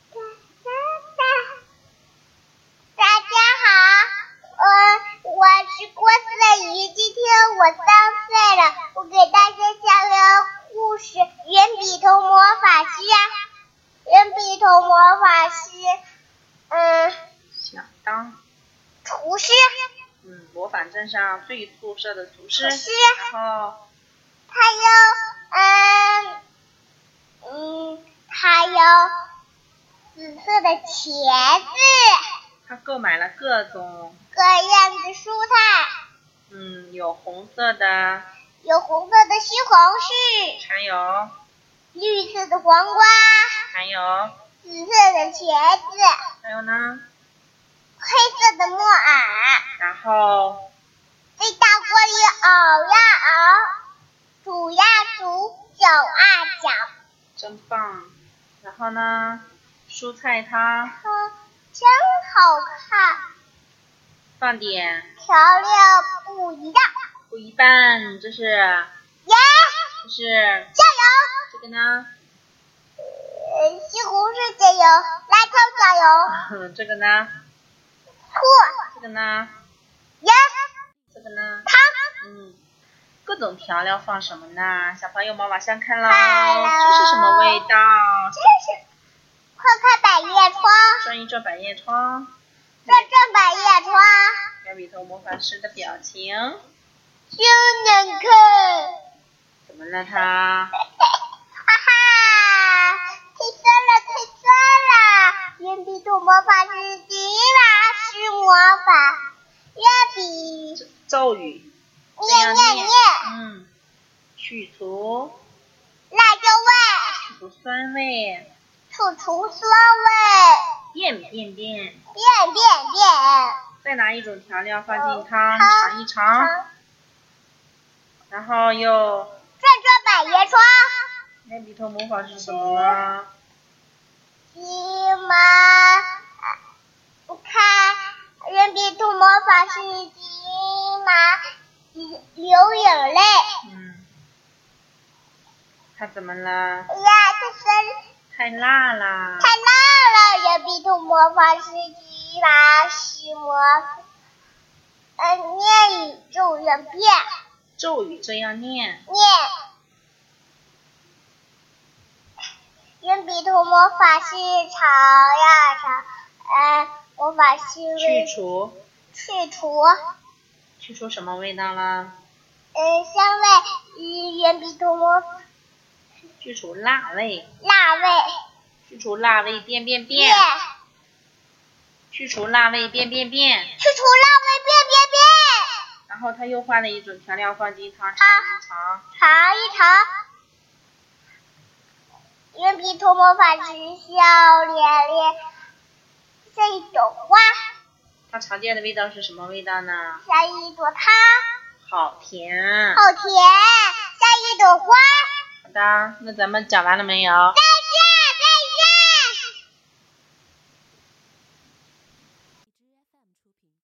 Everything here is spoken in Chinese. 呃啊跟碧头魔法师，嗯，想当，厨师，嗯，模仿镇上最出色的厨师，厨师然后还有，嗯，嗯，还有紫色的茄子，他购买了各种，各样的蔬菜，嗯，有红色的，有红色的西红柿，还有绿色的黄瓜，还有紫色的茄子，还有呢，黑色的木耳。然后在大锅里熬呀熬，煮呀煮，搅啊搅，真棒，然后呢，蔬菜汤嗯，真好看，放点调料不一样，不一半，这是耶，这是加这个呢， 油！呃，西红柿加油，辣椒加油，这个呢，醋，这个呢，盐，这个呢，糖，嗯，各种调料放什么呢？小朋友们往上看喽，看喽这是什么味道？真是，快开百叶窗，转一转百叶窗，转转百叶窗，小比头魔法师的表情，真能看。怎么了他？哈哈，太酸了，太酸了！圆笔兔魔法师迪拉是魔法，要比咒咒语，这念样念念念，，嗯，去除辣椒去除酸味，味，楚除酸味，变变变。变变变，再拿一种调料放进哦汤汤尝一好，尝，然后又转转百叶窗，那鼻头魔法是什么呢？急忙看圆笔兔魔法师急忙流眼泪，嗯，它怎么了？呀，太酸了。太辣啦！太辣了！人比兔魔法师吉拉是魔，呃，念宇宙人变咒语这样念，念。人比兔魔法师吵呀吵，呃，魔法师去为除去除，呃，去除什么味道啦？香味，呃人比兔魔去除辣味，辣味去除辣味变变变变，，去除辣味变变变。去除辣然后他又换了一种调料放进汤尝一尝，味，变变变，尝一尝。圆皮头魔法师笑咧咧，像一朵花，它常见的味道是什么味道呢？像一朵汤，好甜。啊好甜，像一朵花。好的，那咱们讲完了没有？赞